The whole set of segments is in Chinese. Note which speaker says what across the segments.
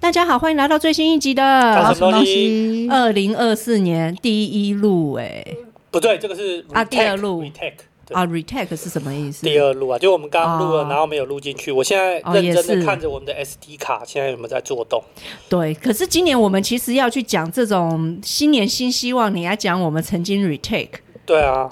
Speaker 1: 大家好，欢迎来到最新一集
Speaker 2: 搞
Speaker 1: 的
Speaker 2: 什么东西？
Speaker 1: 二零二四年第一路、哎
Speaker 2: 不对，这个是
Speaker 1: 啊
Speaker 2: retake，
Speaker 1: 第二路
Speaker 2: retake，对
Speaker 1: 啊，retake 是什么意思？
Speaker 2: 第二路啊，就我们刚刚录了，
Speaker 1: 哦
Speaker 2: 然后没有录进去。我现在
Speaker 1: 哦
Speaker 2: 认
Speaker 1: 也
Speaker 2: 真
Speaker 1: 是
Speaker 2: 的看着我们的 SD 卡，现在有没有在做动？
Speaker 1: 对，可是今年我们其实要去讲这种新年新希望，你要讲我们曾经 retake，
Speaker 2: 对啊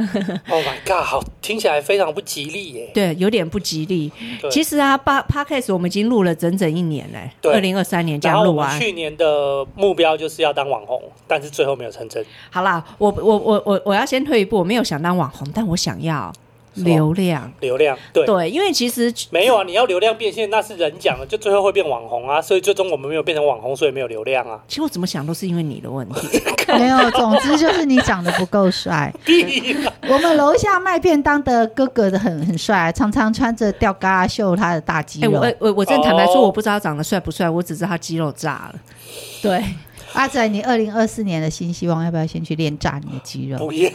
Speaker 2: ，Oh my god，好，听起来非常不吉利耶。
Speaker 1: 对，有点不吉利。
Speaker 2: 对
Speaker 1: 其实啊八 p o d c a s 我们已经录了整整一年嘞、
Speaker 2: 对
Speaker 1: 二零二三年这
Speaker 2: 然
Speaker 1: 样
Speaker 2: 后我
Speaker 1: 录啊
Speaker 2: 们
Speaker 1: 完。
Speaker 2: 去年的目标就是要当网红，但是最后没有成真。
Speaker 1: 好啦，我我我我我要先退一步，我没有想当网红，但我想要
Speaker 2: 什么
Speaker 1: 流量。
Speaker 2: 流量哦对，
Speaker 1: 对，因为其实
Speaker 2: 没有啊，你要流量变现那是人讲的，就最后会变网红啊。所以最终我们没有变成网红，所以没有流 量啊。
Speaker 1: 其实我怎么想都是因为你的问题。
Speaker 3: 没有，总之就是你长得不 够帅。
Speaker 2: 屁啦
Speaker 3: 我们楼下卖便当的哥哥的很很帅，常常穿着吊嘎秀他的大肌
Speaker 1: 哎、
Speaker 3: 肉。
Speaker 1: 我我我真的坦白说，
Speaker 2: 哦
Speaker 1: 我不知道他长得帅不帅，我只知道他肌肉炸了。对，
Speaker 3: 阿仔，你二零二四年的新希望，要不要先去练炸你的肌 肉？
Speaker 2: 不要，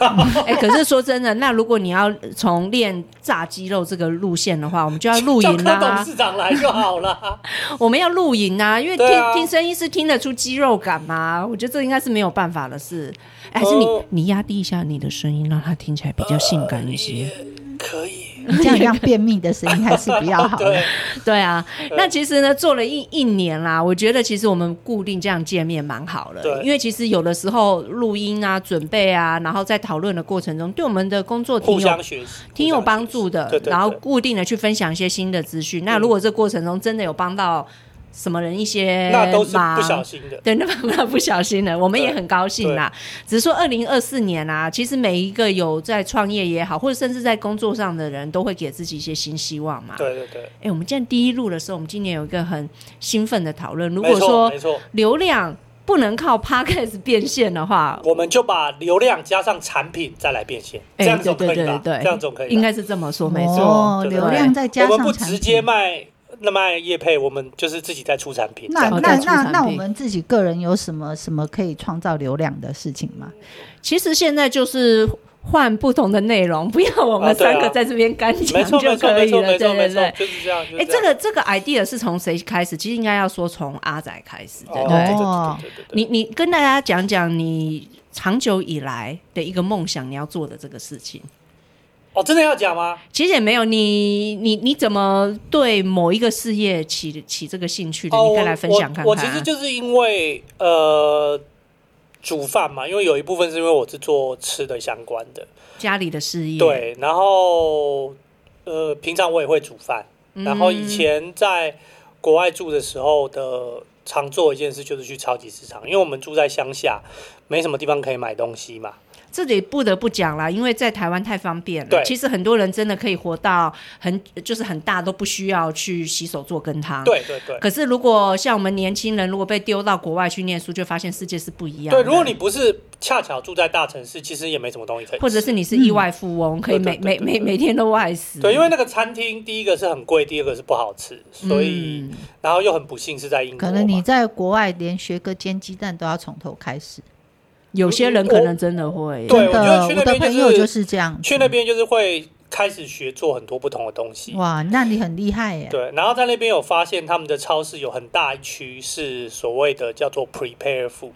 Speaker 1: 哎、可是说真的，那如果你要从练炸肌肉这个路线的话，我们就要啊露
Speaker 2: 叫
Speaker 1: 营
Speaker 2: 柯董
Speaker 1: 啦，
Speaker 2: 事长来就好了。
Speaker 1: 我们要露营啊，因为听、
Speaker 2: 对啊
Speaker 1: 听声音是听得出肌肉感嘛，我觉得这应该是没有办法的事。哎还是你、
Speaker 2: 哦
Speaker 1: 你压低一下你的声音，让它听起来比较性感一些。
Speaker 2: 可以，
Speaker 3: 你这样让便秘的声音还是比较好
Speaker 2: 对
Speaker 3: 的。，
Speaker 1: 对啊，
Speaker 2: 嗯
Speaker 1: 那其实呢，做了一一年啦，我觉得其实我们固定这样见面蛮好的，
Speaker 2: 对
Speaker 1: 因为其实有的时候录音啊、准备啊，然后在讨论的过程中，对我们的工作挺
Speaker 2: 互
Speaker 1: 有
Speaker 2: 相学习，
Speaker 1: 挺有帮
Speaker 2: 互
Speaker 1: 助
Speaker 2: 相学
Speaker 1: 的
Speaker 2: 习。对对对嗯
Speaker 1: 然后固定的去分享一些新的资讯。那如果这过程中真的有帮到什么人一些忙，
Speaker 2: 那都是不小心的。
Speaker 1: 对，那那不小心了，我们也很高兴啦。只是说，二零二四年啊，其实每一个有在创业也好，或者甚至在工作上的人都会给自己一些新希望嘛。
Speaker 2: 对对对，
Speaker 1: 哎，我们今天第一路的时候，我们今年有一个很兴奋的讨论。如
Speaker 2: 没
Speaker 1: 果
Speaker 2: 错
Speaker 1: 说
Speaker 2: 没错，
Speaker 1: 流量不能靠 podcast 变现的话，
Speaker 2: 我们就把流量加上产品再来变现，
Speaker 1: 哎
Speaker 2: 这样总可以
Speaker 1: 对对
Speaker 2: 吧？
Speaker 1: 对对
Speaker 2: 这样总可以吧。
Speaker 1: 应该是这么说，没错。
Speaker 3: 哦，
Speaker 2: 对对
Speaker 3: 流量再加
Speaker 2: 我
Speaker 3: 上
Speaker 2: 们不
Speaker 3: 产
Speaker 2: 直
Speaker 3: 品
Speaker 2: 接卖，那卖叶配，我们就是自己在出产品。这
Speaker 3: 那
Speaker 2: 样
Speaker 1: 再
Speaker 3: 那
Speaker 1: 出
Speaker 3: 那
Speaker 1: 产
Speaker 3: 那我
Speaker 1: 品
Speaker 3: 们自己个人有什么什么可以创造流量的事情吗？
Speaker 1: 其实现在就是换不同的内容，不要我们
Speaker 2: 啊对啊
Speaker 1: 三个在这边干
Speaker 2: 没
Speaker 1: 讲
Speaker 2: 错
Speaker 1: 就
Speaker 2: 没错
Speaker 1: 可
Speaker 2: 没
Speaker 1: 以
Speaker 2: 错
Speaker 1: 了。对
Speaker 2: 没错
Speaker 1: 对
Speaker 2: 没错，
Speaker 1: 对。
Speaker 2: 就是这样。就是
Speaker 1: 哎，这
Speaker 2: 样
Speaker 1: 个这个 idea 是从谁开始？其实应该要说从阿仔开始，对
Speaker 2: 哦
Speaker 1: 不
Speaker 2: 对
Speaker 1: 对？
Speaker 3: 哦
Speaker 2: 对对对对对
Speaker 1: 你你跟大家讲讲你长久以来的一个梦想，你要做的这个事情。
Speaker 2: 哦，真的要讲吗？
Speaker 1: 其实也没有，你你你怎么对某一个事业起起这个兴趣的？
Speaker 2: 哦，
Speaker 1: 你
Speaker 2: 我
Speaker 1: 可以来分享看看。
Speaker 2: 我我其实就是因为呃。煮饭嘛，因为有一部分是因为我是做吃的相关的，
Speaker 1: 家里的事业，，
Speaker 2: 对，然后呃，平常我也会煮饭，
Speaker 1: 嗯
Speaker 2: 然后以前在国外住的时候的常做一件事就是去超级市场，因为我们住在乡下，没什么地方可以买东西嘛。
Speaker 1: 这里不得不讲啦，因为在台湾太方便了
Speaker 2: 对。
Speaker 1: 其实很多人真的可以活到很就是很大，都不需要去洗手做羹汤。。
Speaker 2: 对对对。
Speaker 1: 可是如果像我们年轻人，如果被丢到国外去念书，就发现世界是不一样的。
Speaker 2: 对，如果你不是恰巧住在大城市，其实也没什么东西可以吃。
Speaker 1: 或者是你是意外富翁，可以
Speaker 2: 对
Speaker 1: 每
Speaker 2: 对
Speaker 1: 每
Speaker 2: 对对
Speaker 1: 每
Speaker 2: 对
Speaker 1: 每天都外食。
Speaker 2: 对，因为那个餐厅第一个是很贵，第二个是不好吃，所以、
Speaker 1: 嗯
Speaker 2: 然后又很不幸是在英国
Speaker 3: 可
Speaker 2: 嘛。
Speaker 3: 能你在国外连学个煎鸡蛋都要从头开始。
Speaker 1: 有些人可能真的会。
Speaker 2: 对
Speaker 3: 真
Speaker 2: 我觉得去
Speaker 3: 的，我
Speaker 2: 那
Speaker 3: 的
Speaker 2: 边就
Speaker 3: 朋友
Speaker 2: 是
Speaker 3: 就是这样子。
Speaker 2: 去那边就是会开始学做很多不同的东西。
Speaker 3: 哇，那你很厉害耶！
Speaker 2: 对，然后在那边有发现他们的超市有很大一区是所谓的叫做 prepare food，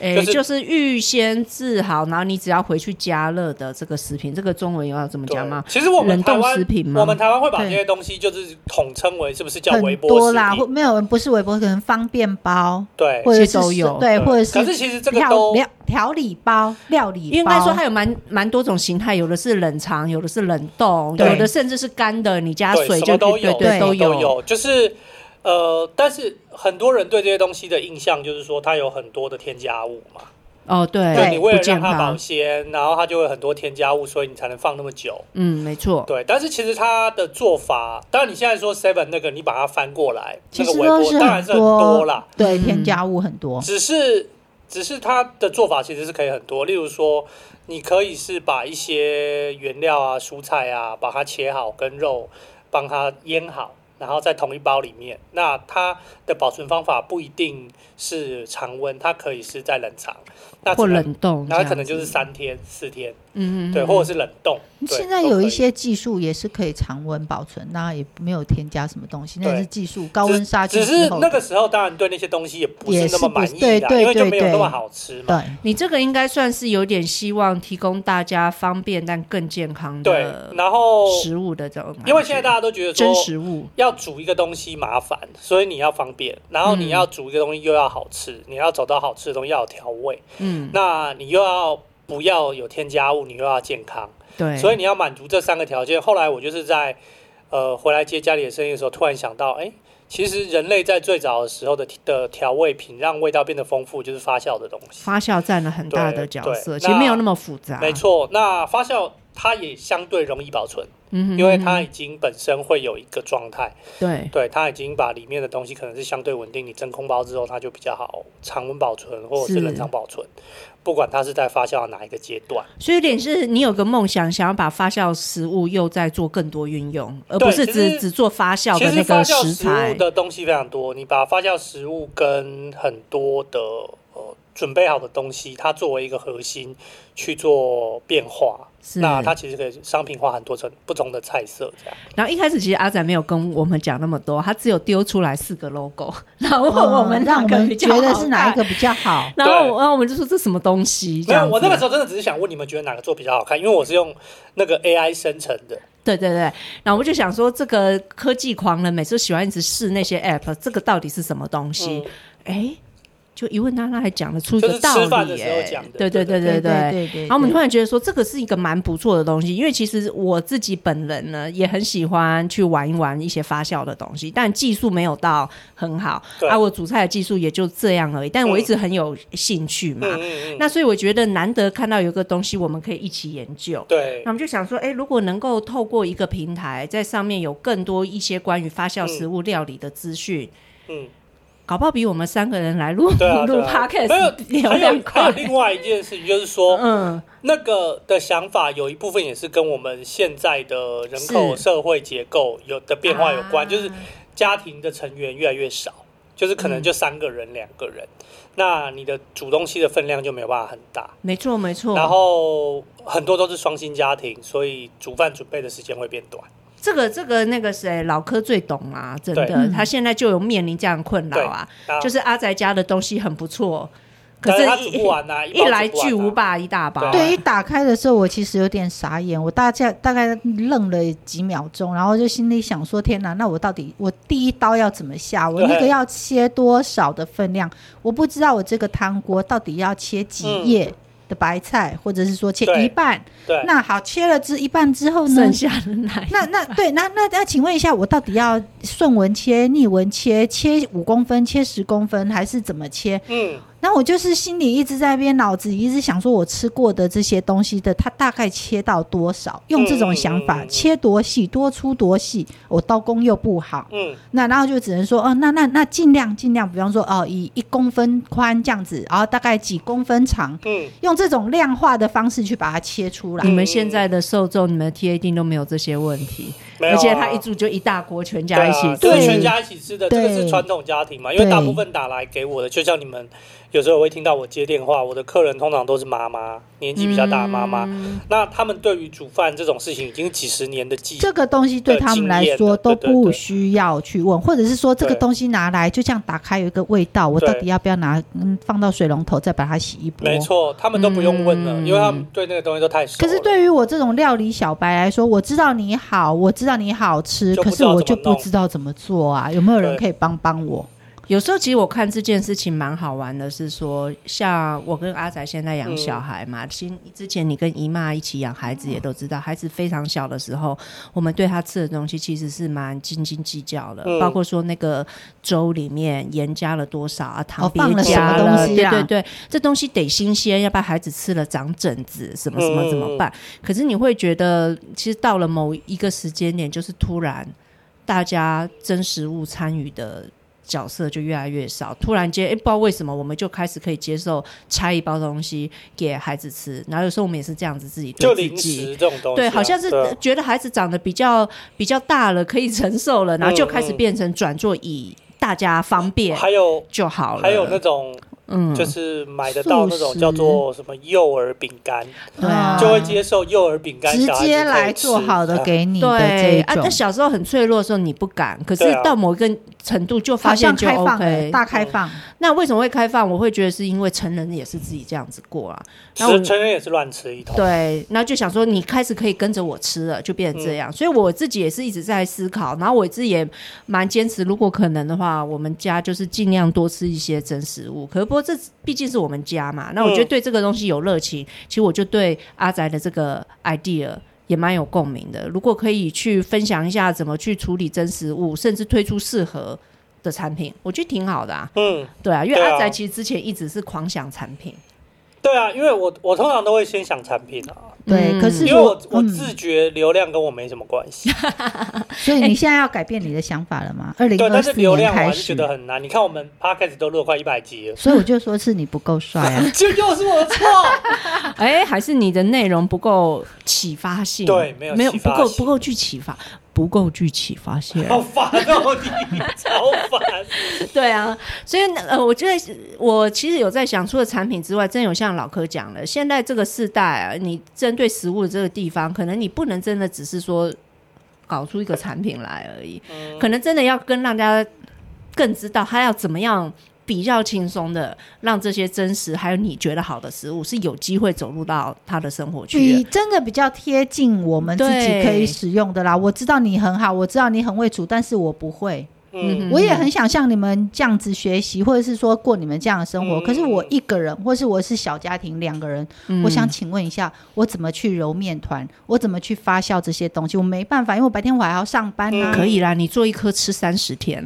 Speaker 1: 哎、
Speaker 2: 就是
Speaker 1: 就是预先制好，然后你只要回去加热的这个食品，这个中文又要怎么
Speaker 2: 对
Speaker 1: 讲吗？
Speaker 2: 其实我们
Speaker 1: 冷
Speaker 2: 台
Speaker 1: 冻
Speaker 2: 湾
Speaker 1: 食品吗
Speaker 2: 我们台湾会把这
Speaker 3: 对
Speaker 2: 些东西就是统称为是不是叫微
Speaker 3: 很
Speaker 2: 波
Speaker 3: 多
Speaker 2: 食
Speaker 3: 啦，或
Speaker 2: 品？
Speaker 3: 没有不是微波，可能方便包，
Speaker 2: 对，
Speaker 3: 或者
Speaker 1: 其实
Speaker 3: 是
Speaker 1: 都有
Speaker 3: 对，
Speaker 2: 对
Speaker 3: 或者
Speaker 2: 可是
Speaker 3: 是
Speaker 2: 其实这个
Speaker 3: 调
Speaker 2: 都
Speaker 3: 料调理包、料理包。
Speaker 1: 应该说它有蛮蛮多种形态，有的是冷藏，有的是冷冻，
Speaker 3: 对
Speaker 1: 有的甚至是干的，你加
Speaker 2: 对
Speaker 1: 水
Speaker 2: 什
Speaker 1: 就可
Speaker 2: 么都
Speaker 1: 以，对
Speaker 2: 有，
Speaker 1: 对
Speaker 2: 什么
Speaker 1: 有。
Speaker 2: 都有，就是。呃，但是很多人对这些东西的印象就是说，它有很多的添加物嘛。
Speaker 1: 哦，对，
Speaker 2: 就你为
Speaker 1: 不
Speaker 2: 了
Speaker 1: 健
Speaker 2: 让它保
Speaker 1: 康，
Speaker 2: 鲜，然后它就会有很多添加物，所以你才能放那么久。
Speaker 1: 嗯，没错。
Speaker 2: 对，但是其实它的做法，当然你现在说 Seven 那个，你把它翻过来，
Speaker 3: 其
Speaker 2: 那个
Speaker 3: 实
Speaker 2: 微
Speaker 3: 都
Speaker 2: 波
Speaker 3: 是
Speaker 2: 当然
Speaker 3: 很
Speaker 2: 是很多啦，
Speaker 3: 对
Speaker 1: 嗯
Speaker 3: 添加物很多，
Speaker 2: 只是只是它的做法其实是可以很多，例如说，你可以是把一些原料啊、蔬菜啊，把它切好跟肉，帮它腌好，然后在同一包里面。那它的保存方法不一定是常温，它可以是在冷藏，那
Speaker 1: 或
Speaker 2: 只能
Speaker 1: 冷冻这样子，
Speaker 2: 然后可能就是三天、四天，
Speaker 1: 嗯嗯，嗯
Speaker 2: 对，或者是冷冻。对
Speaker 3: 现在有
Speaker 2: 都
Speaker 3: 一。
Speaker 2: 可以
Speaker 3: 些技术也是可以常温保存，那也没有添加什么东西，那也
Speaker 2: 对
Speaker 3: 是技术高温杀菌
Speaker 2: 只
Speaker 3: 之
Speaker 2: 是
Speaker 3: 后
Speaker 2: 那
Speaker 3: 的。
Speaker 2: 个时候，当然对那些东西也不是那么满意
Speaker 3: 也
Speaker 2: 的
Speaker 3: 是不
Speaker 2: 啊，
Speaker 3: 对
Speaker 2: 因为就
Speaker 3: 对
Speaker 2: 没有
Speaker 3: 对
Speaker 2: 那么好吃嘛。
Speaker 3: 对，
Speaker 1: 你这个应该算是有点希望提供大家方便但更健康
Speaker 2: 对
Speaker 1: 的，
Speaker 2: 然后
Speaker 3: 啊
Speaker 1: 食物的这种感觉，
Speaker 2: 因为现在大家都觉得说
Speaker 1: 真食物，
Speaker 2: 要煮一个东西麻烦，所以你要方便，然后你要煮一个东西又要好吃，
Speaker 3: 嗯
Speaker 2: 你要找到好吃的东西要有调味，
Speaker 1: 嗯，
Speaker 2: 那你又要不要有添加物，你又要健康，
Speaker 1: 对，
Speaker 2: 所
Speaker 1: 以
Speaker 2: 以你要满足这三个条件。后来我就是在呃回来接家里的生意的时候，突然想到，哎、其实人类在最早的时候的的调味品让味道变得丰富，就是发酵的东西。
Speaker 1: 发酵占了很大的
Speaker 2: 对
Speaker 1: 角
Speaker 2: 对
Speaker 1: 色，
Speaker 2: 那
Speaker 1: 其实没有那么复杂，
Speaker 2: 没，错，那发酵它也相对容易保存，
Speaker 1: 嗯哼，
Speaker 2: 因为它已经本身会有一个状态。
Speaker 1: 对
Speaker 2: 对，它已经把里面的东西可能是相对稳定，你真空包之后，它就比较好常温保存或者
Speaker 1: 是
Speaker 2: 是冷藏保存，不管它是在发酵的哪一个阶段，
Speaker 1: 所以有点是你有个梦想，想要把发酵食物又再做更多运用，而不是
Speaker 2: 对其
Speaker 1: 只
Speaker 2: 实
Speaker 1: 只做发酵
Speaker 2: 其
Speaker 1: 的
Speaker 2: 实
Speaker 1: 那
Speaker 2: 发
Speaker 1: 个
Speaker 2: 酵
Speaker 1: 食
Speaker 2: 食
Speaker 1: 材
Speaker 2: 物。的东西非常多，你把发酵食物跟很多的呃准备好的东西，它作为一个核心去做变化，
Speaker 1: 是
Speaker 2: 那它其实可以商品化很多种不同的菜色这样。
Speaker 1: 然后一开始其实阿仔没有跟我们讲那么多，他只有丢出来四个 logo，然 后问我们
Speaker 3: 嗯
Speaker 1: 那
Speaker 3: 让我
Speaker 1: 个
Speaker 3: 们
Speaker 1: 比较
Speaker 3: 觉
Speaker 1: 好
Speaker 3: 得是哪一
Speaker 1: 看
Speaker 3: 个比较好？
Speaker 1: 然后
Speaker 2: 对
Speaker 1: 我，然后我们就说这什么东西？这
Speaker 2: 没有，
Speaker 1: 样
Speaker 2: 我那个时
Speaker 1: 候，
Speaker 2: 候真的只是想问你们觉得哪个做比较好看，因为我是用那个 AI 生成的。
Speaker 1: 对对对。然后我就想说，这个科技狂人每次喜欢一直试那些 app，这个到底是什么东西
Speaker 2: 嗯？
Speaker 1: 哎、就一问他，他还讲得出一
Speaker 2: 就
Speaker 1: 个
Speaker 2: 是吃
Speaker 1: 道
Speaker 2: 饭
Speaker 1: 理、
Speaker 2: 的时候
Speaker 1: 耶。
Speaker 2: 讲的
Speaker 1: 对对
Speaker 2: 对
Speaker 1: 对对
Speaker 3: 对
Speaker 1: 对。
Speaker 3: 对对。
Speaker 1: 然后我们突
Speaker 3: 对
Speaker 1: 然觉得说，这个是一个蛮不错的东西，因为其实我自己本人呢也很喜欢去玩一玩一些发酵的东西，但技术没有到很好
Speaker 2: 对
Speaker 1: 啊，我煮菜的技术也就这样而已。但我一直很有兴趣嘛，
Speaker 2: 嗯嗯嗯，
Speaker 1: 那所以我觉得难得看到有个东西，我们可以一起研究。
Speaker 2: 对
Speaker 1: 那我们就想说，哎、如果能够透过一个平台，在上面有更多一些关于发酵食物料理的资讯，
Speaker 2: 嗯。
Speaker 1: 搞不好比我们三个人来录录
Speaker 2: 对 啊，对啊，没
Speaker 1: podcast
Speaker 2: 有，
Speaker 1: 流
Speaker 2: 还
Speaker 1: 量
Speaker 2: 有还
Speaker 1: 快。
Speaker 2: 有另外一件事情，就是说
Speaker 1: 嗯，
Speaker 2: 那个的想法有一部分也是跟我们现在的人口
Speaker 1: 是
Speaker 2: 社会结构有的变化有关，
Speaker 3: 啊
Speaker 2: 就是家庭的成员越来越少，就是可能就三个人、两个人，那你的煮东西的分量就没有办法很大。
Speaker 1: 没错没错。
Speaker 2: 然后很多都是双薪家庭，所以煮饭准备的时间会变短。
Speaker 1: 这个这个那个谁老柯最懂啊，真的
Speaker 2: 对，
Speaker 1: 他现在就有面临这样的困扰啊，
Speaker 2: 那
Speaker 1: 就是阿宅家的东西很不错，可
Speaker 2: 但
Speaker 1: 是
Speaker 2: 他
Speaker 1: 一
Speaker 2: 煮不完 啊呐，
Speaker 1: 一来巨无
Speaker 2: 无
Speaker 1: 霸一大包啊，
Speaker 3: 对，一打开的时候，我其实有点傻眼，我大概大概愣了几秒钟，然后就心里想说：“天哪，那我到底我第一刀要怎么下？我那个
Speaker 2: 对
Speaker 3: 要切多少的分量？我不知道我这个汤锅到底要切几
Speaker 2: 嗯
Speaker 3: 叶的白菜，或者是说切
Speaker 2: 对
Speaker 3: 一半。
Speaker 2: 对，
Speaker 3: 那好，切了之一半之后呢
Speaker 1: 剩？下的奶
Speaker 3: 那那对，那那那，请问一下，我到底要顺纹切、逆纹切、切五公分、切十公分，还是怎么切？
Speaker 2: 嗯，
Speaker 3: 那我就是心里一直在边，脑子里一直想说，我吃过的这些东西的，它大概切到多少？用这种想法，
Speaker 2: 嗯嗯嗯
Speaker 3: 切多细，多粗多细，我刀工又不好，
Speaker 2: 嗯
Speaker 3: 那然后就只能说，哦，那那那尽量尽量，比方说，哦，以一公分宽这样子，然后大概几公分长，
Speaker 2: 嗯，
Speaker 3: 用这种量化的方式去把它切出来。
Speaker 1: 你们现在的受众，你们的 TA 一定都没有这些问题，
Speaker 2: 没有啊
Speaker 1: 而且他一煮就一大锅，全家一起
Speaker 2: 对啊
Speaker 1: 煮。
Speaker 2: 这
Speaker 3: 对
Speaker 2: 是全家一起吃的，这
Speaker 1: 啊
Speaker 3: 对
Speaker 2: 个是传统家庭嘛，因为
Speaker 3: 对
Speaker 2: 大部分打来给我的，就像你们有时候会听到我接电话，我的客人通常都是妈妈，年纪比较大的妈妈，
Speaker 1: 嗯
Speaker 2: 那他们对于煮饭这种事情已经几十年的记忆，
Speaker 3: 这个东西对他们来说都不需要去问，或者是说这个东西拿来就这样打开有一个味道，我到底要不要拿嗯放到水龙头再把它洗一波？
Speaker 2: 没错，他们都不用问了，
Speaker 1: 嗯
Speaker 2: 因为他们对那个东西都太熟了。
Speaker 3: 可是对于我这种料理小白来说，我知道你好，我知道你好吃，
Speaker 2: 就不
Speaker 3: 可
Speaker 2: 知
Speaker 3: 是
Speaker 2: 道
Speaker 3: 我
Speaker 2: 怎
Speaker 3: 就
Speaker 2: 么
Speaker 3: 不
Speaker 2: 弄
Speaker 3: 知道怎么做啊！有没有人
Speaker 2: 对
Speaker 3: 可以帮帮我？
Speaker 1: 有时候其实我看这件事情蛮好玩的，是说像我跟阿仔现在养小孩嘛，先之前你跟姨妈一起养孩子也都知道，孩子非常小的时候，我们对他吃的东西其实是蛮斤斤计较的，
Speaker 2: 嗯
Speaker 1: 包括说那个粥里面盐加了多少啊，糖
Speaker 3: 哦
Speaker 1: 别
Speaker 3: 放了
Speaker 2: 什
Speaker 1: 加
Speaker 2: 么
Speaker 1: 了，
Speaker 3: 东西啊
Speaker 1: 对对对，这东西得新鲜，要不然孩子吃了长疹子，什么什么怎么办？可是你会觉得，其实到了某一个时间点，就是突然大家真食物参与的角色就越来越少。突然间，哎、不知道为什么，我们就开始可以接受拆一包东西给孩子吃。然后有时候我们也是这样子自己
Speaker 2: 就
Speaker 1: 对
Speaker 2: 零
Speaker 1: 自己
Speaker 2: 食这种东西啊、
Speaker 1: 对，好像是
Speaker 2: 对啊
Speaker 1: 觉得孩子长得比较比较大了，可以承受了，然后就开始变成转做以大家方便
Speaker 2: 还有
Speaker 1: 就好了。
Speaker 2: 嗯还有那种
Speaker 1: 嗯，
Speaker 2: 就是买得到那种叫做什么幼儿饼干，
Speaker 3: 对啊，
Speaker 2: 就
Speaker 1: 嗯
Speaker 2: 会接受幼儿饼干，
Speaker 3: 直
Speaker 2: 小孩子
Speaker 3: 接
Speaker 2: 可以
Speaker 3: 来做
Speaker 2: 吃
Speaker 3: 好的。
Speaker 2: 啊
Speaker 3: 给你的这
Speaker 1: 对
Speaker 3: 一
Speaker 1: 啊，
Speaker 3: 种
Speaker 1: 但，小时候很脆弱的时候你不敢，可是
Speaker 2: 对啊
Speaker 1: 到某一个程度就
Speaker 3: 好
Speaker 1: 发
Speaker 3: 像
Speaker 1: 现就
Speaker 3: 开放、
Speaker 1: OK。
Speaker 3: 大开放，
Speaker 1: 那为什么会开放？我会觉得是因为成人也是自己这样子过啊。然后我
Speaker 2: 吃成人也是乱吃一通，
Speaker 1: 对，那就想说你开始可以跟着我吃了，就变成这
Speaker 2: 嗯
Speaker 1: 样。所以我自己也是一直在思考，然后我自己也蛮坚持，如果可能的话，我们家就是尽量多吃一些真食物。可是不过这毕竟是我们家嘛，那我觉得对这个东西有热情，其实我就对阿宅的这个
Speaker 2: 嗯
Speaker 1: idea。也蛮有共鸣的。如果可以去分享一下怎么去处理真食物，甚至推出适合的产品，我觉得挺好的啊。
Speaker 2: 嗯，
Speaker 1: 对啊，因为
Speaker 2: 对啊
Speaker 1: 阿宅其实之前一直是狂想产品，
Speaker 2: 对啊，因为我我通常都会先想产品啊，
Speaker 3: 对。
Speaker 1: 嗯
Speaker 3: 可是
Speaker 2: 因为我我
Speaker 3: 嗯
Speaker 2: 自觉流量跟我没什么关系，
Speaker 3: 所
Speaker 1: 哎
Speaker 3: 以你现在要改变你的想法了吗？二零
Speaker 2: 对，
Speaker 3: 二
Speaker 2: 但是
Speaker 3: 四
Speaker 2: 流
Speaker 3: 年
Speaker 2: 量我
Speaker 3: 开
Speaker 2: 还是觉
Speaker 3: 始，
Speaker 2: 得很难。你看我们 podcast 都录了快一百集了，
Speaker 3: 所以我就说是你不够帅啊。
Speaker 2: 这又是我的错。
Speaker 1: 哎、还是你的内容不够启发性，
Speaker 2: 对没有
Speaker 1: 没有
Speaker 2: 启
Speaker 1: 不
Speaker 2: 发
Speaker 1: 够
Speaker 2: 性
Speaker 1: 不够具启发，不够具启发性。
Speaker 2: 好烦哦，你超烦。
Speaker 1: 对啊，所以呃，我觉得我其实有在想，除了产品之外，真有像老柯讲的，现在这个世代啊，你针对食物的这个地方，可能你不能真的只是说搞出一个产品来而已，
Speaker 2: 嗯
Speaker 1: 可能真的要跟让大家更知道他要怎么样。比较轻松的，让这些真实还有你觉得好的食物是有机会走入到他的生活去的。
Speaker 3: 比真的比较贴近我们自己
Speaker 1: 对
Speaker 3: 可以使用的啦。我知道你很好，我知道你很会煮，但是我不会。
Speaker 2: 嗯，
Speaker 1: 嗯
Speaker 3: 我也很想像你们这样子学习，或者是说过你们这样的生活。
Speaker 2: 嗯
Speaker 3: 可是我一个人，或是我是小家庭两个人，
Speaker 1: 嗯
Speaker 3: 我想请问一下，我怎么去揉面团？我怎么去发酵这些东西？我没办法，因为我白天我还要上班啊。
Speaker 2: 嗯
Speaker 1: 可以啦，你做一颗吃三十 天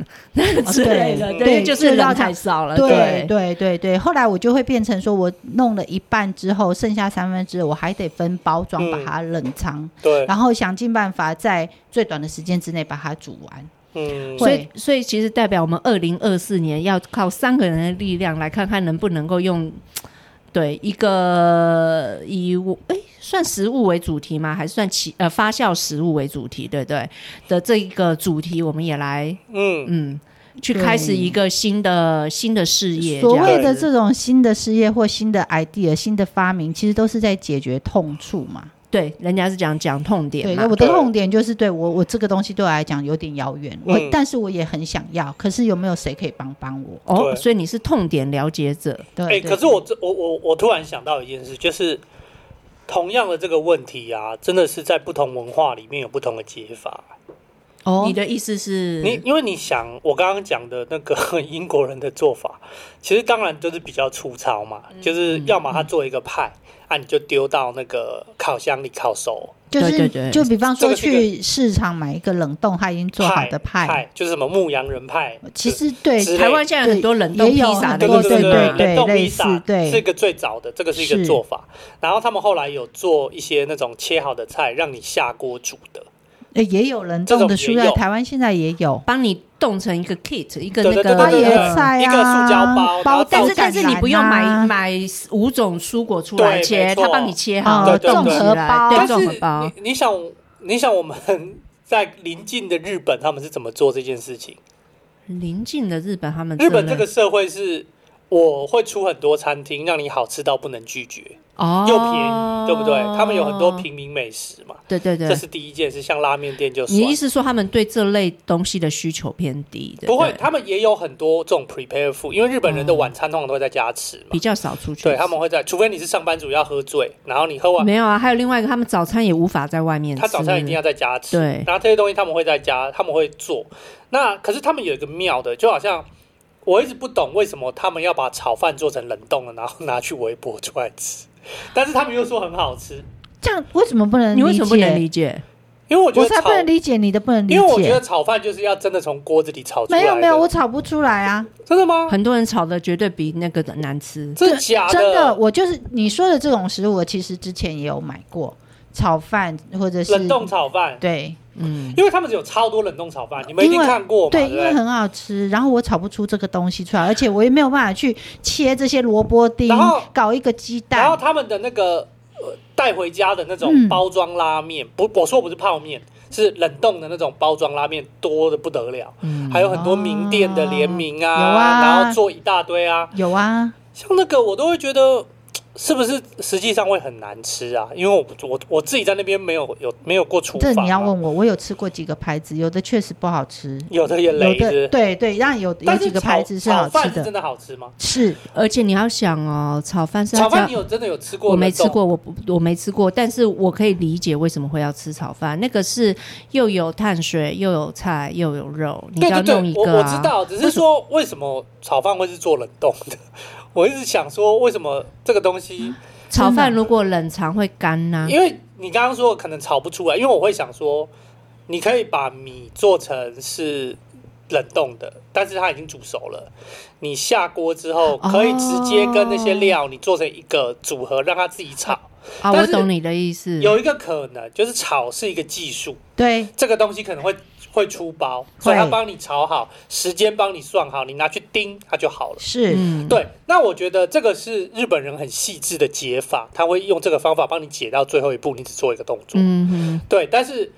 Speaker 1: 之
Speaker 3: 对
Speaker 1: 类的，
Speaker 2: 对
Speaker 1: 对，就是
Speaker 3: 这道
Speaker 1: 人
Speaker 3: 菜
Speaker 1: 太少了，
Speaker 3: 对对对对，后来我就会变成说，我弄了一半之后，剩下三分之二我还得分包装
Speaker 2: 嗯
Speaker 3: 把它冷藏，
Speaker 2: 对，
Speaker 3: 然后想尽办法在最短的时间之内把它煮完。
Speaker 2: 嗯，
Speaker 1: 所以
Speaker 3: 会，
Speaker 1: 所以其实代表我们二零二四年要靠三个人的力量来看看能不能够用，对一个以我哎算食物为主题吗？还是算其呃发酵食物为主题，对不对的这一个主题，我们也来
Speaker 2: 嗯，
Speaker 1: 嗯去开始一个新的新的事业。
Speaker 3: 所谓的
Speaker 1: 样子
Speaker 3: 这种新的事业或新的 idea、新的发明，其实都是在解决痛处嘛。
Speaker 1: 对，人家是讲讲痛点
Speaker 3: 对，
Speaker 1: 嘛
Speaker 3: 那，我
Speaker 2: 对
Speaker 3: 的痛点就是对我，我这个东西对我来讲有点遥远，我、
Speaker 2: 嗯
Speaker 3: 但是我也很想要，可是有没有谁可以帮帮我？
Speaker 1: 哦，
Speaker 2: 对
Speaker 1: 所以你是痛点了解者，
Speaker 3: 对，
Speaker 2: 哎、
Speaker 3: 对
Speaker 2: 可是我这我我我突然想到一件事，就是同样的这个问题啊，真的是在不同文化里面有不同的解法。
Speaker 3: 哦
Speaker 1: 你，的意思是
Speaker 2: 你因为你想，我刚刚讲的那个 英国人的做法，其实当然就是比较粗糙嘛，就是要么他做一个派。啊，你就丢到那个烤箱里烤熟，
Speaker 3: 就是
Speaker 1: 对对对
Speaker 3: 就比方
Speaker 2: 这
Speaker 3: 说
Speaker 2: 个是一
Speaker 3: 去市场买一个冷冻它已经做好的
Speaker 2: 派
Speaker 3: 派，哦
Speaker 2: 就是什么牧羊人派，
Speaker 3: 其实对
Speaker 2: 之类
Speaker 1: 台湾现在有很多冷冻
Speaker 3: 也
Speaker 1: 披
Speaker 3: 有
Speaker 1: 萨
Speaker 3: 很
Speaker 1: 的
Speaker 2: 对
Speaker 1: 意思
Speaker 2: 对对
Speaker 1: 吗
Speaker 2: 对，冷冻
Speaker 3: 类
Speaker 2: 披
Speaker 3: 似
Speaker 2: 萨
Speaker 3: 对
Speaker 2: 是一个最早的，这个是一个
Speaker 3: 是
Speaker 2: 做法。然后他们后来有做一些那种切好的菜，让你下锅煮的。
Speaker 3: 呃也有冷冻的
Speaker 2: 这种
Speaker 3: 蔬
Speaker 2: 也
Speaker 3: 菜，
Speaker 2: 有
Speaker 3: 台湾现在也有。
Speaker 1: 帮你冻成一个 kit，一个
Speaker 2: 对
Speaker 1: 那
Speaker 2: 对
Speaker 1: 个
Speaker 3: 花
Speaker 2: 对对对
Speaker 3: 椰菜
Speaker 2: 一个
Speaker 3: 啊，
Speaker 2: 塑胶包然
Speaker 3: 包
Speaker 2: 后
Speaker 1: 但
Speaker 3: 豆
Speaker 1: 是但是你不用
Speaker 3: 橄榄
Speaker 1: 买
Speaker 3: 啊
Speaker 1: 买五种蔬果出来
Speaker 2: 对
Speaker 1: 切，
Speaker 2: 没错
Speaker 1: 他帮你切好，
Speaker 2: 哦对对
Speaker 1: 冻
Speaker 2: 对
Speaker 1: 起来，对
Speaker 3: 对
Speaker 2: 但
Speaker 1: 综合
Speaker 2: 是
Speaker 1: 包。
Speaker 2: 你你想，你想我们 在邻近的日本，他们是怎么做这件事情？
Speaker 1: 邻近的日本，他们
Speaker 2: 日本这
Speaker 1: 真的
Speaker 2: 个社会是。我会出很多餐厅，让你好吃到不能拒绝，
Speaker 1: 哦
Speaker 2: 又便宜，对不对？他们有很多，平民美食嘛，
Speaker 1: 对对
Speaker 2: 这
Speaker 1: 对。
Speaker 2: 是第一件事。像拉面店就
Speaker 1: 你
Speaker 2: 算
Speaker 1: 意，思说他们对这类东西的需求偏低，对
Speaker 2: 不会，
Speaker 1: 对
Speaker 2: 他们也有很多这种 prepare food，因为日本人的晚餐通常都会在家吃嘛
Speaker 1: 比，较少出去吃。
Speaker 2: 对，他们会在，除非你是上班族要喝醉，然后你喝完，
Speaker 1: 没有啊，还有另外一个，他们早餐也无法在外面吃，
Speaker 2: 他早餐一定要在家吃。
Speaker 1: 对
Speaker 2: 然后这些东西他们会在家，他们会做。那可是他们有一个妙的，就好像我一直不懂为什么他们要把炒饭做成冷冻了，然后拿去微波出来吃，但是他们又说很好吃，
Speaker 3: 这样为什么不能？
Speaker 1: 你为什么不能？理解？
Speaker 2: 因为我觉
Speaker 3: 我
Speaker 2: 得
Speaker 3: 才
Speaker 2: 炒
Speaker 3: 不，能理解你的不能理
Speaker 2: 因为我觉得
Speaker 3: 解。
Speaker 2: 炒饭就是要真的从锅子里炒出来
Speaker 3: 没
Speaker 2: 的。
Speaker 3: 有没有，我炒不出来啊！
Speaker 2: 真的吗？
Speaker 1: 很多人炒的绝对比那个的难吃。
Speaker 2: 真的假
Speaker 3: 真
Speaker 2: 的
Speaker 3: 的，我就是你说的这种食物，我其实之前也有买过，炒饭或者是
Speaker 2: 冷冻炒饭，
Speaker 3: 对，
Speaker 1: 嗯，
Speaker 2: 因为他们有超多冷冻炒饭，你们一定
Speaker 3: 因为
Speaker 2: 看过嘛？对
Speaker 3: 对，
Speaker 2: 不
Speaker 3: 因为
Speaker 2: 对，
Speaker 3: 很好吃，然后我炒不出这个东西出来，而且我也没有办法去切这些萝卜丁
Speaker 2: 然后，
Speaker 3: 搞一个鸡
Speaker 2: 然后
Speaker 3: 蛋，
Speaker 2: 他们的那个呃带回家的那种
Speaker 3: 嗯
Speaker 2: 包装拉面，不，我说不是泡面，是冷冻的那种包装拉面，多的不得了，
Speaker 1: 嗯
Speaker 2: 还有很多名店的联名啊，
Speaker 3: 哦有啊
Speaker 2: 然后做一大堆啊，
Speaker 3: 有啊，
Speaker 2: 像那个我都会觉得。是不是实际上会很难吃啊？因为我我我自己在那边没有有没有过厨
Speaker 3: 这
Speaker 2: 房、啊，
Speaker 3: 你要问我，我有吃过几个牌子，有的确实不好吃，
Speaker 2: 有的也
Speaker 3: 有
Speaker 2: 雷
Speaker 3: 的
Speaker 2: 子，
Speaker 3: 对对，让有有
Speaker 2: 但是
Speaker 3: 几个
Speaker 2: 炒
Speaker 3: 牌子是好
Speaker 2: 炒饭
Speaker 3: 吃
Speaker 2: 是真
Speaker 3: 的，
Speaker 2: 的好吃吗？
Speaker 3: 是
Speaker 1: 而且你要想哦，炒饭是
Speaker 3: 啊
Speaker 2: 炒
Speaker 1: 要
Speaker 2: 饭
Speaker 1: 加
Speaker 2: 你。有真的有吃过？
Speaker 1: 我没吃，过，我不我没吃过，但是我可以理解为什么会要吃炒饭。那个是又有碳水，又有菜，又有肉，你
Speaker 2: 对
Speaker 1: 要
Speaker 2: 对
Speaker 1: 弄
Speaker 2: 对
Speaker 1: 一，个、
Speaker 2: 我
Speaker 1: 啊
Speaker 2: 我知道，只是说为什么炒饭会是做冷冻的？ 我一直想说，为什么这个东西？
Speaker 1: 炒饭如果冷藏会干呐、
Speaker 2: 因为你刚刚说可能炒不出来，因为我会想说，你可以把米做成是冷冻的，但是它已经煮熟了，你下锅之后
Speaker 1: 哦
Speaker 2: 可以直接跟那些料你做成一个组合，让它自己炒。
Speaker 1: 啊，
Speaker 2: 但
Speaker 1: 我
Speaker 2: 是
Speaker 1: 懂你的意思。
Speaker 2: 有一个可能就是炒是一个技术，
Speaker 3: 对
Speaker 2: 这个东西可能会会出包，所以他帮你炒好，时间帮你算好，你拿去盯它就好了。
Speaker 3: 是，
Speaker 1: 嗯，
Speaker 2: 对，那我觉得这个是日本人很细致的解法，他会用这个方法帮你解到最后一步，你只做一个动作。
Speaker 1: 嗯哼，
Speaker 2: 对，但是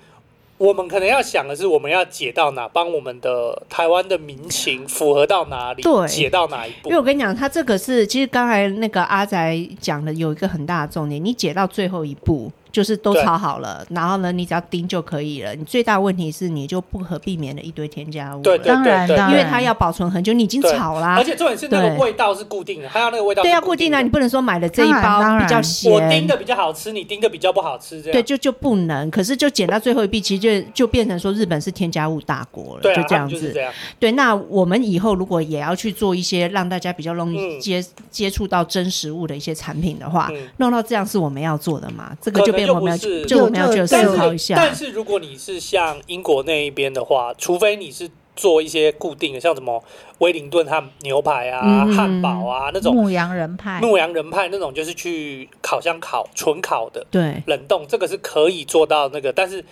Speaker 2: 我们可能要想的是，我们要解到哪，帮我们的台湾的民情符合到哪里，
Speaker 1: 对
Speaker 2: 解到哪一
Speaker 1: 因为
Speaker 2: 步。
Speaker 1: 我跟你讲，他这个是其实刚才那个阿宅讲的有一个很大的重点，你解到最后一步就是都
Speaker 2: 对
Speaker 1: 炒好了，然后呢，你只要盯就可以了。你最大问题是你就不可避免的一堆添加物了，
Speaker 2: 对对
Speaker 3: 当然
Speaker 2: 对
Speaker 3: 当然，
Speaker 1: 因为它要保存很久，你已经
Speaker 2: 对
Speaker 1: 炒啦
Speaker 2: 而，且重点是那个
Speaker 1: 对
Speaker 2: 味道是固定的，它要那个味道
Speaker 1: 对
Speaker 2: 是
Speaker 1: 啊，固定的，你不能说买了这一
Speaker 3: 当然当
Speaker 1: 包
Speaker 3: 然
Speaker 1: 比较
Speaker 2: 我盯
Speaker 1: 咸。
Speaker 2: 的比较好吃，你盯的比较不好吃，这样
Speaker 1: 对，就就不能，可是就减到最后一笔，其实就就变成说日本是添加物大国了，
Speaker 2: 对啊，
Speaker 1: 就这
Speaker 2: 他
Speaker 1: 样
Speaker 2: 们就是
Speaker 1: 子
Speaker 2: 这。样。
Speaker 1: 对，那我们以后如果也要去做一些让大家比较容易
Speaker 2: 嗯
Speaker 1: 接、接触到真实物的一些产品的话，
Speaker 2: 嗯
Speaker 1: 弄到这样是我们要做的嘛？啊这个
Speaker 2: 可
Speaker 1: 就
Speaker 2: 能
Speaker 1: 变
Speaker 2: 就
Speaker 1: 我们要
Speaker 2: 不是
Speaker 1: 去就我们要去
Speaker 3: 就
Speaker 1: 思
Speaker 2: 但
Speaker 1: 考一
Speaker 2: 是，
Speaker 1: 下。
Speaker 2: 但是如果你是像英国那一边的话，除非你是做一些固定的，像什么威灵顿汉牛排啊、
Speaker 1: 嗯
Speaker 2: 汉堡啊那种
Speaker 3: 牧羊人派，
Speaker 2: 牧羊人派那种，就是去烤箱烤纯烤的
Speaker 1: 对，
Speaker 2: 冷冻，这个是可以做到那个，但是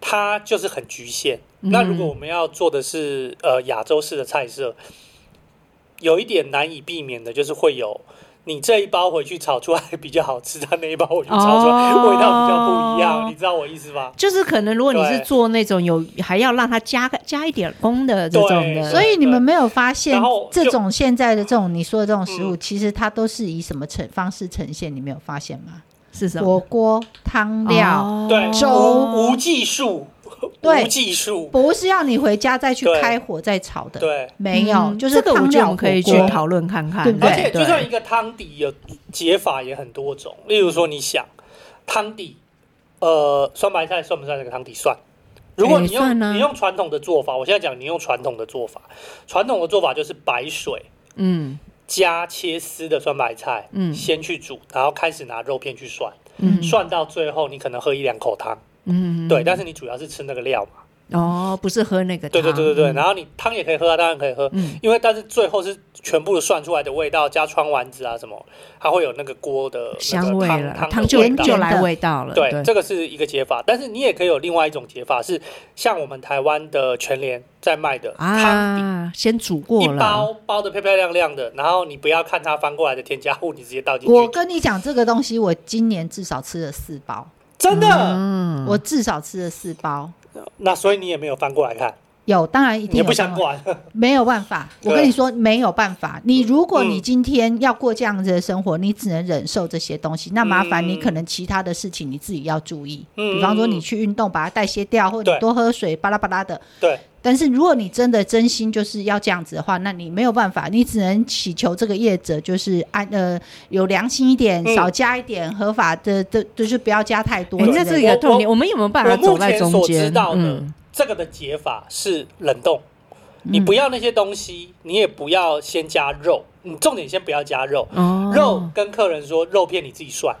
Speaker 2: 它就是很局限。
Speaker 1: 嗯
Speaker 2: 那如果我们要做的是呃亚洲式的菜色，有一点难以避免的就是会有。你这一包回去炒出来比较好吃，他那一包回去炒出来、
Speaker 1: 哦
Speaker 2: 味道比较不一样，你知道我意思吗？
Speaker 1: 就是可能如果你是
Speaker 2: 对
Speaker 1: 做那种有还要让它加个加一点工的这种的，
Speaker 2: 呃对
Speaker 3: 所以你们没有发现
Speaker 2: 然后就嗯
Speaker 3: 这种现在的这种你说的这种食物，其实它都是以什么呈方式呈现？你没有发现吗？
Speaker 1: 是什么
Speaker 3: 火锅、汤料，
Speaker 1: 哦
Speaker 2: 对，
Speaker 3: 粥
Speaker 2: 无无技术，
Speaker 3: 对
Speaker 2: 无技术，
Speaker 3: 不是要你回家再去
Speaker 2: 对
Speaker 3: 开火再炒的，
Speaker 2: 对。
Speaker 3: 没有，
Speaker 1: 嗯
Speaker 3: 就是
Speaker 1: 这个我
Speaker 3: 汤
Speaker 1: 觉得我
Speaker 3: 料火
Speaker 1: 们可以去
Speaker 3: 锅。
Speaker 1: 讨论看看，
Speaker 3: 对不对
Speaker 2: 而且，就算一个汤底有解法也很多种，例如说，你想汤底，呃，酸白菜算不算这个汤底？算。如果你
Speaker 1: 哎算
Speaker 2: 用、
Speaker 1: 啊
Speaker 2: 你用传统的做法，我现在讲你用传统的做法，传统的做法就是白水
Speaker 1: 嗯
Speaker 2: 加切丝的酸白菜，
Speaker 1: 嗯
Speaker 2: 先去煮，然后开始拿肉片去涮，
Speaker 1: 嗯
Speaker 2: 涮到最后你可能喝一两口汤，
Speaker 1: 嗯，
Speaker 2: 对，但是你主要是吃那个料嘛，
Speaker 1: 哦，不是喝那个
Speaker 2: 对对对对对，
Speaker 1: 汤
Speaker 2: 然后你汤也可以喝啊，当然可以喝，
Speaker 1: 嗯
Speaker 2: 因为但是最后是全部涮出来的味道，加川丸子啊什么，它会有那个锅的那个
Speaker 1: 香味
Speaker 2: 汤
Speaker 1: 了，
Speaker 2: 汤
Speaker 1: 汤
Speaker 2: 的
Speaker 1: 就
Speaker 2: 味道
Speaker 1: 就来味道了，
Speaker 2: 对，
Speaker 1: 对
Speaker 2: 这个是一个解法，但是你也可以有另外一种解法，是像我们台湾的全联在卖的汤底。
Speaker 1: 啊，先煮
Speaker 2: 一
Speaker 1: 过了，
Speaker 2: 包包的漂漂亮亮的，然后你不要看它翻过来的添加物，你直接倒进
Speaker 3: 我
Speaker 2: 去，
Speaker 3: 跟你讲，这个东西我今年至少吃了四包，
Speaker 2: 真的。
Speaker 1: 嗯，
Speaker 3: 我至少吃了四包。
Speaker 2: 那所以你也没有翻过来看，
Speaker 3: 有，当然一定
Speaker 2: 你也
Speaker 3: 有
Speaker 2: 不
Speaker 3: 这
Speaker 2: 想
Speaker 3: 么
Speaker 2: 管，
Speaker 3: 没有办法，
Speaker 2: 对
Speaker 3: 我跟你说没有办法。你如果你
Speaker 2: 嗯
Speaker 3: 今天要过这样子的生活，你只能忍受这些东西。那麻烦
Speaker 2: 嗯
Speaker 3: 你可能其他的事情你自己要注意，
Speaker 2: 嗯
Speaker 3: 比方说你去运动，把它代谢掉，或者
Speaker 2: 对
Speaker 3: 你多喝水，巴拉巴拉的。
Speaker 2: 对。
Speaker 3: 但是如果你真的真心就是要这样子的话，那你没有办法，你只能祈求这个业者就是按呃有良心一点，
Speaker 2: 嗯
Speaker 3: 少加一点合法的，这就是不要加太多
Speaker 1: 哎
Speaker 3: 的。，
Speaker 1: 这是一
Speaker 2: 我
Speaker 1: 个
Speaker 2: 我
Speaker 1: 痛点，我们有没有办法
Speaker 2: 我
Speaker 1: 走
Speaker 2: 目
Speaker 1: 在
Speaker 2: 前
Speaker 1: 中
Speaker 2: 所知
Speaker 1: 间？
Speaker 2: 道的
Speaker 1: 嗯，
Speaker 2: 这个的解法是冷冻，你不要那些东西，你也不要先加肉，你重点先不要加肉，
Speaker 1: 哦，
Speaker 2: 肉跟客人说肉片你自己涮。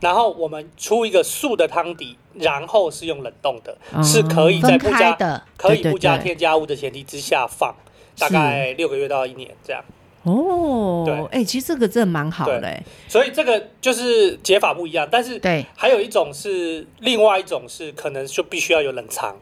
Speaker 2: 然后我们出一个素的汤底，然后是用冷冻的，
Speaker 1: 哦
Speaker 2: 是可以在
Speaker 3: 分
Speaker 2: 不
Speaker 3: 开
Speaker 2: 加
Speaker 3: 的。
Speaker 2: 可以
Speaker 1: 对对
Speaker 2: 不加
Speaker 1: 对
Speaker 2: 添加物的前提之下放，大
Speaker 1: 是
Speaker 2: 概六个月到一年这样。
Speaker 1: 哦
Speaker 2: 对，
Speaker 1: 哎、其实这个真的蛮好的、
Speaker 2: 对
Speaker 1: 哎
Speaker 2: 所以这个就是解法不一样，但是
Speaker 3: 对，
Speaker 2: 还有一种是，另外一种是可能就必须要有冷藏，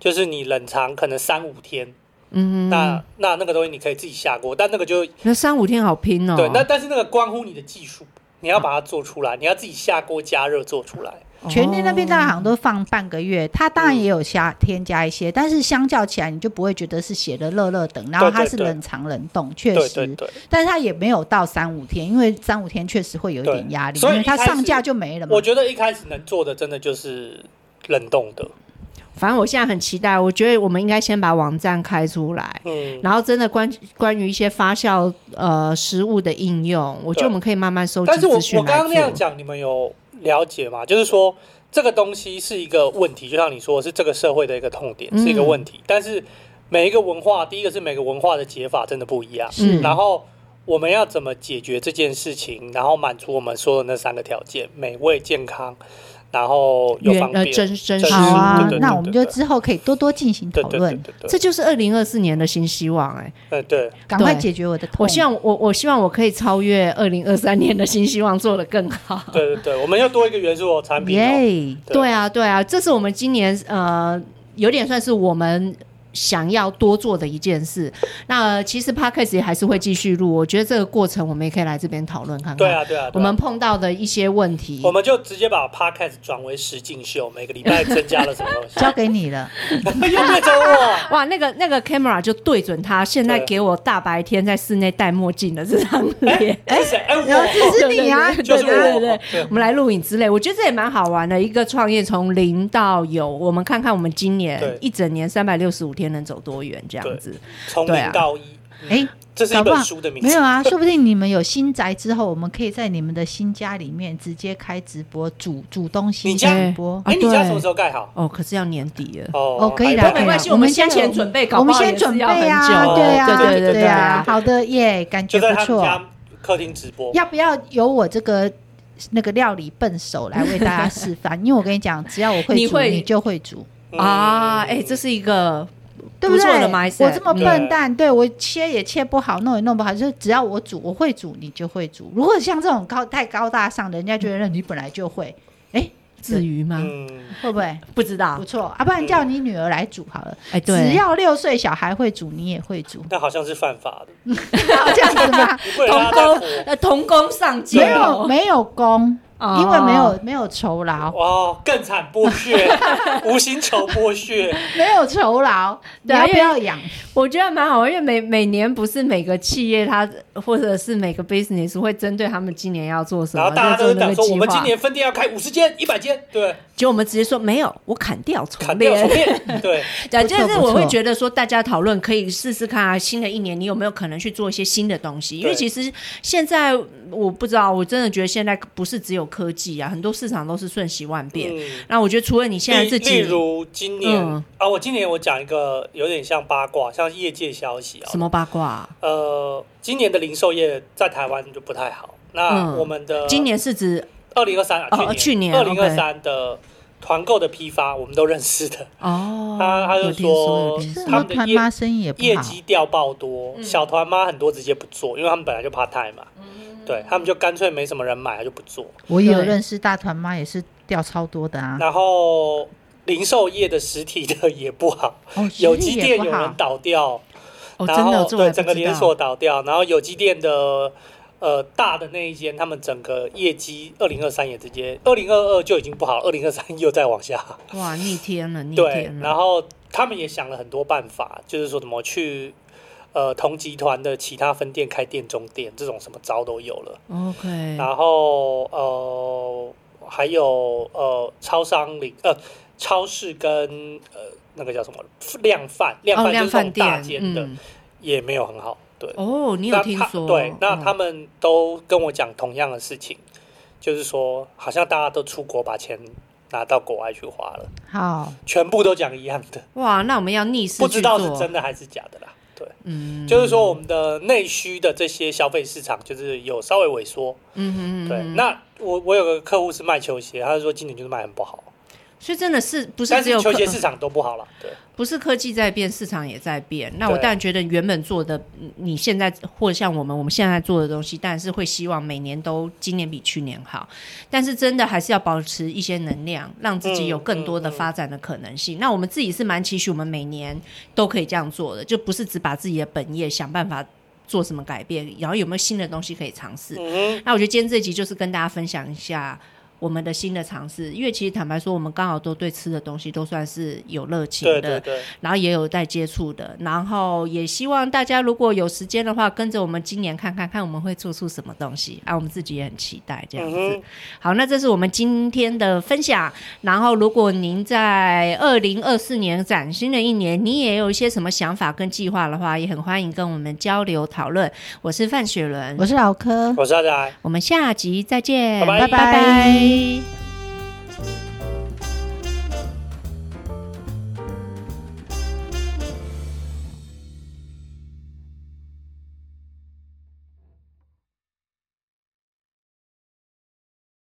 Speaker 2: 就是你冷藏可能三五天，
Speaker 1: 嗯，
Speaker 2: 那那那个东西你可以自己下锅，但那个就
Speaker 1: 那三五天好拼哦。
Speaker 2: 对，那但是那个关乎你的技术，你要把它做出来，你要自己下锅加热做出来。
Speaker 3: 全年那边大概好
Speaker 2: 哦
Speaker 1: 家
Speaker 3: 像都放半个月，它当然也有加添加一些，但是相较起来，你就不会觉得是写的热热等，然后它是
Speaker 2: 对对
Speaker 3: 冷藏冷冻，确
Speaker 2: 对对
Speaker 3: 实，
Speaker 2: 对，
Speaker 3: 但是它也没有到三五天，因为三五天确实会有一点压力，
Speaker 2: 对所以
Speaker 3: 因为它
Speaker 2: 一开始
Speaker 3: 上架就没了嘛
Speaker 2: 我。觉得一开始能做的真的就是冷冻的，
Speaker 1: 反正我现在很期待，我觉得我们应该先把网站开出来。
Speaker 2: 嗯，
Speaker 1: 然后真的关关于一些发酵呃食物的应用，我觉得
Speaker 2: 对
Speaker 1: 我们可以慢慢收集
Speaker 2: 但是我
Speaker 1: 资讯
Speaker 2: 我刚刚那
Speaker 1: 来
Speaker 2: 样
Speaker 1: 做
Speaker 2: 讲，你们有了解吗？就是说这个东西是一个问题，就像你说的是这个社会的一个痛点，是一个
Speaker 1: 嗯
Speaker 2: 问题，但是。每一个文化，第一个是每个文化的解法真的不一样，
Speaker 3: 是
Speaker 2: 然后我们要怎么解决这件事情，然后满足我们说的那三个条件：美味、健康，然后又
Speaker 1: 原
Speaker 2: 方
Speaker 1: 呃
Speaker 2: 便。
Speaker 1: 真真
Speaker 2: 就
Speaker 1: 实
Speaker 2: 是
Speaker 3: 好啊
Speaker 2: 对对，对
Speaker 3: 那
Speaker 2: 对
Speaker 3: 我们就
Speaker 2: 对
Speaker 3: 之后可以多多进行讨
Speaker 2: 对对对
Speaker 3: 论，
Speaker 2: 对对，
Speaker 1: 这就是二零二四年的新希望哎、
Speaker 2: 嗯对，
Speaker 3: 赶快
Speaker 1: 对
Speaker 3: 解决我的痛。
Speaker 1: 我希望我我希望我可以超越二零二三年的新希望，做得更好。
Speaker 2: 对对对，我们又多一个元素哦，产品哦。
Speaker 3: 耶，
Speaker 1: 对，啊，对啊，这是我们今年呃，有点算是我们。想要多做的一件事，那、呃其实 podcast 也还是会继续录。我觉得这个过程我们也可以来这边讨论看看。
Speaker 2: 对啊对啊，对啊
Speaker 1: 我们碰到的一些问题，
Speaker 2: 我们就直接把 podcast 转为实境秀，每个礼拜增加了什么东西？
Speaker 3: 交给你 了。
Speaker 2: 又在找我，
Speaker 1: 哇，那个那个 camera 就对准他，现在
Speaker 2: 对
Speaker 1: 给我大白天在室内戴墨镜的这张脸。
Speaker 2: 是谁？哎，
Speaker 3: 然后这
Speaker 2: 我
Speaker 3: 是你啊，
Speaker 1: 对
Speaker 2: 就是
Speaker 1: 对对
Speaker 2: 我
Speaker 1: 对，
Speaker 2: 对
Speaker 1: 我们来录影之类，我觉得这也蛮好玩的。一个创业从零到有，我们看看我们今年
Speaker 2: 对
Speaker 1: 一整年三百六十五天能走多远，这样子。
Speaker 2: 从
Speaker 1: 对啊
Speaker 2: 零到一，嗯
Speaker 3: 哎，
Speaker 2: 这是一
Speaker 3: 搞不
Speaker 2: 本
Speaker 3: 好
Speaker 2: 书的名
Speaker 3: 没
Speaker 2: 字
Speaker 3: 有。啊，说不定你们有新宅之后，我们可以在你们的新家里面直接开直播，煮煮东西
Speaker 2: 你家
Speaker 3: 直播。
Speaker 2: 哎，
Speaker 1: 啊
Speaker 2: 你家
Speaker 1: 对
Speaker 2: 什么时候盖好？
Speaker 1: 哦，可是要年底了。
Speaker 2: 哦
Speaker 3: 哦，可以
Speaker 2: 还
Speaker 3: 的
Speaker 2: 不
Speaker 1: 没关系，
Speaker 3: 对啊
Speaker 1: 我们
Speaker 3: 我们先
Speaker 1: 先前
Speaker 3: 有
Speaker 1: 准备，搞
Speaker 3: 我
Speaker 1: 不
Speaker 3: 们
Speaker 1: 好
Speaker 3: 先
Speaker 1: 也是
Speaker 3: 准备
Speaker 1: 要很
Speaker 3: 啊，
Speaker 1: 久
Speaker 3: 对啊，
Speaker 1: 对
Speaker 2: 对
Speaker 1: 对
Speaker 2: 对
Speaker 3: 啊，好的耶，感觉
Speaker 2: 就在
Speaker 3: 不
Speaker 2: 他们
Speaker 3: 错。
Speaker 2: 家客厅直播。
Speaker 3: 要不要由我这个那个料理笨手来为大家示 范？因为我跟你讲，只要我会
Speaker 1: 你
Speaker 3: 煮，
Speaker 1: 会
Speaker 3: 你就会煮，
Speaker 2: 嗯
Speaker 1: 啊，哎，这是一个
Speaker 3: 对不对？
Speaker 1: 错的 mindset
Speaker 3: 我这么笨
Speaker 1: 嗯
Speaker 3: 蛋，对我切也切不好，弄也弄不好，就是只要我煮，我会煮，你就会煮。如果像这种高太高大上的，人家觉得你本来就会，哎，
Speaker 1: 至于吗？
Speaker 2: 嗯，，
Speaker 3: 会不会？
Speaker 1: 不知道
Speaker 3: 不。错，啊，不然叫你女儿来煮好了。
Speaker 1: 哎，嗯对，
Speaker 3: 只要六岁小孩会煮，你也会煮
Speaker 2: 那好像是犯法的，
Speaker 3: 这样子吗？
Speaker 2: 不然他
Speaker 1: 同
Speaker 2: 在
Speaker 1: 工呃同工上进
Speaker 3: 没
Speaker 1: 哦
Speaker 3: 有，没有功，
Speaker 1: 哦
Speaker 3: 因为没有没有酬劳，
Speaker 2: 哇，哦更惨剥 削，无薪酬剥削，
Speaker 3: 没有酬劳，你
Speaker 1: 对啊
Speaker 3: 要不要养？
Speaker 1: 我觉得蛮好玩，因为每每年不是每个企业它或者是每个 business 会针对他们今年要做什
Speaker 2: 然
Speaker 1: 么，
Speaker 2: 后大家
Speaker 1: 就做
Speaker 2: 都是
Speaker 1: 那个
Speaker 2: 讲说，我
Speaker 1: 计
Speaker 2: 们今
Speaker 1: 划。
Speaker 2: 年分店要开五十间、一百间，对，
Speaker 1: 结果我们直接说没有，我砍掉重
Speaker 2: 砍掉重
Speaker 1: 练。
Speaker 2: 练，对，
Speaker 1: 对，
Speaker 3: 不错
Speaker 1: 就是
Speaker 3: 不
Speaker 1: 我会
Speaker 3: 错
Speaker 1: 觉得说，大家讨论可以试试看啊，新的一年你有没有可能去做一些新的东西？因为
Speaker 2: 对
Speaker 1: 其实现在我不知道，我真的觉得现在不是只有科技啊，很多市场都是瞬息万变。
Speaker 2: 嗯。
Speaker 1: 那我觉得除了你现在
Speaker 2: 例
Speaker 1: 自己
Speaker 2: 例如今年、
Speaker 1: 嗯
Speaker 2: 啊，我今年我讲一个有点像八卦，像业界消息啊、
Speaker 1: 什么八卦啊、
Speaker 2: 呃，今年的零售业在台湾就不太好。那
Speaker 1: 嗯
Speaker 2: 我们的
Speaker 1: 今年是指
Speaker 2: 二零二三
Speaker 1: 哦
Speaker 2: 啊，
Speaker 1: 去年
Speaker 2: 二
Speaker 1: OK
Speaker 2: 零二三的团购的批发，我们都认识的，
Speaker 1: 哦，
Speaker 2: 他他就
Speaker 1: 有听说有
Speaker 2: 说
Speaker 1: 听
Speaker 3: 是
Speaker 1: 说
Speaker 2: 他
Speaker 3: 吗？
Speaker 2: 们的
Speaker 3: 团
Speaker 2: 业
Speaker 3: 妈生意也不
Speaker 2: 业
Speaker 3: 好，
Speaker 2: 绩掉爆多，小团妈很多直接不做，因为他们本来就怕太嘛，对他们就干脆没什么人买，他就不做。
Speaker 3: 我也有
Speaker 1: 对
Speaker 3: 认识大团妈，也是掉超多的啊。
Speaker 2: 然后零售业的实体的也不好，
Speaker 3: 哦，
Speaker 2: 有
Speaker 3: 实力
Speaker 2: 机
Speaker 3: 也
Speaker 2: 店
Speaker 3: 不
Speaker 2: 有人
Speaker 3: 好，
Speaker 2: 倒掉，
Speaker 1: 哦，真
Speaker 2: 然
Speaker 1: 的
Speaker 2: 后
Speaker 1: 哦这我还
Speaker 2: 对
Speaker 1: 不
Speaker 2: 整个
Speaker 1: 知
Speaker 2: 连
Speaker 1: 道
Speaker 2: 锁倒掉，然后有机店的呃大的那一间，他们整个业绩二零二三也直接二零二二就已经不好，二零二三又再往下，
Speaker 1: 哇，逆天了，逆
Speaker 2: 对
Speaker 1: 天，了。
Speaker 2: 然后他们也想了很多办法，就是说怎么去。呃，同集团的其他分店开店中店，这种什么招都有了。
Speaker 1: OK，
Speaker 2: 然后呃，还有呃，超商里呃，超市跟呃那个叫什么量贩，量
Speaker 1: 哦，
Speaker 2: 贩就
Speaker 1: 量
Speaker 2: 是那
Speaker 1: 饭
Speaker 2: 种大
Speaker 1: 店，
Speaker 2: 间的、
Speaker 1: 嗯，
Speaker 2: 也没有很好。对，
Speaker 1: 哦，你
Speaker 2: 那
Speaker 1: 有听
Speaker 2: 他
Speaker 1: 说？
Speaker 2: 对，那他
Speaker 1: 哦
Speaker 2: 们都跟我讲同样的事情，就是说好像大家都出国把钱拿到国外去花了，
Speaker 3: 好，
Speaker 2: 全部都讲一样的，
Speaker 1: 哇，那我们要逆势
Speaker 2: 不知道是
Speaker 1: 去做
Speaker 2: 真，的还是假的啦。对，
Speaker 1: 嗯，
Speaker 2: 就是说我们的内需的这些消费市场就是有稍微萎缩，
Speaker 1: 嗯哼嗯哼，
Speaker 2: 对，那我我有个客户是卖球鞋，他就说今年就是卖很不好，
Speaker 1: 所以真的是不是
Speaker 2: 但
Speaker 1: 只
Speaker 2: 是
Speaker 1: 有
Speaker 2: 球
Speaker 1: 科
Speaker 2: 鞋市场都不好了，对，
Speaker 1: 不是科技在变，市场也在变。那我
Speaker 2: 对
Speaker 1: 当然觉得原本做的，嗯你现在或像我们我们现在做的东西，当然是会希望每年都今年比去年好，但是真的还是要保持一些能量，让自己有更多的发展的可能性。那我们自己是蛮期许我们每年都可以这样做的，就不是只把自己的本业想办法做什么改变，然后有没有新的东西可以尝试。
Speaker 2: 嗯
Speaker 1: 那我觉得今天这集就是跟大家分享一下我们的新的尝试，因为其实坦白说，我们刚好都对吃的东西都算是有热
Speaker 2: 哼，
Speaker 1: 情
Speaker 2: 对
Speaker 1: 的，
Speaker 2: 对对，
Speaker 1: 然后也有在接触的，然后也希望大家如果有时间的话，跟着我们今年看看看我们会做出什么东西啊，我们自己也很期待这样
Speaker 2: 嗯
Speaker 1: 子。
Speaker 2: 哼，
Speaker 1: 好，那这是我们今天的分享。然后，如果您在二零二四年崭新的一年，你也有一些什么想法跟计划的话，也很欢迎跟我们交流讨论。我是范雪伦，
Speaker 3: 我是老柯，
Speaker 2: 我是阿宅。
Speaker 1: 我们下集再见，
Speaker 2: 拜拜
Speaker 1: 拜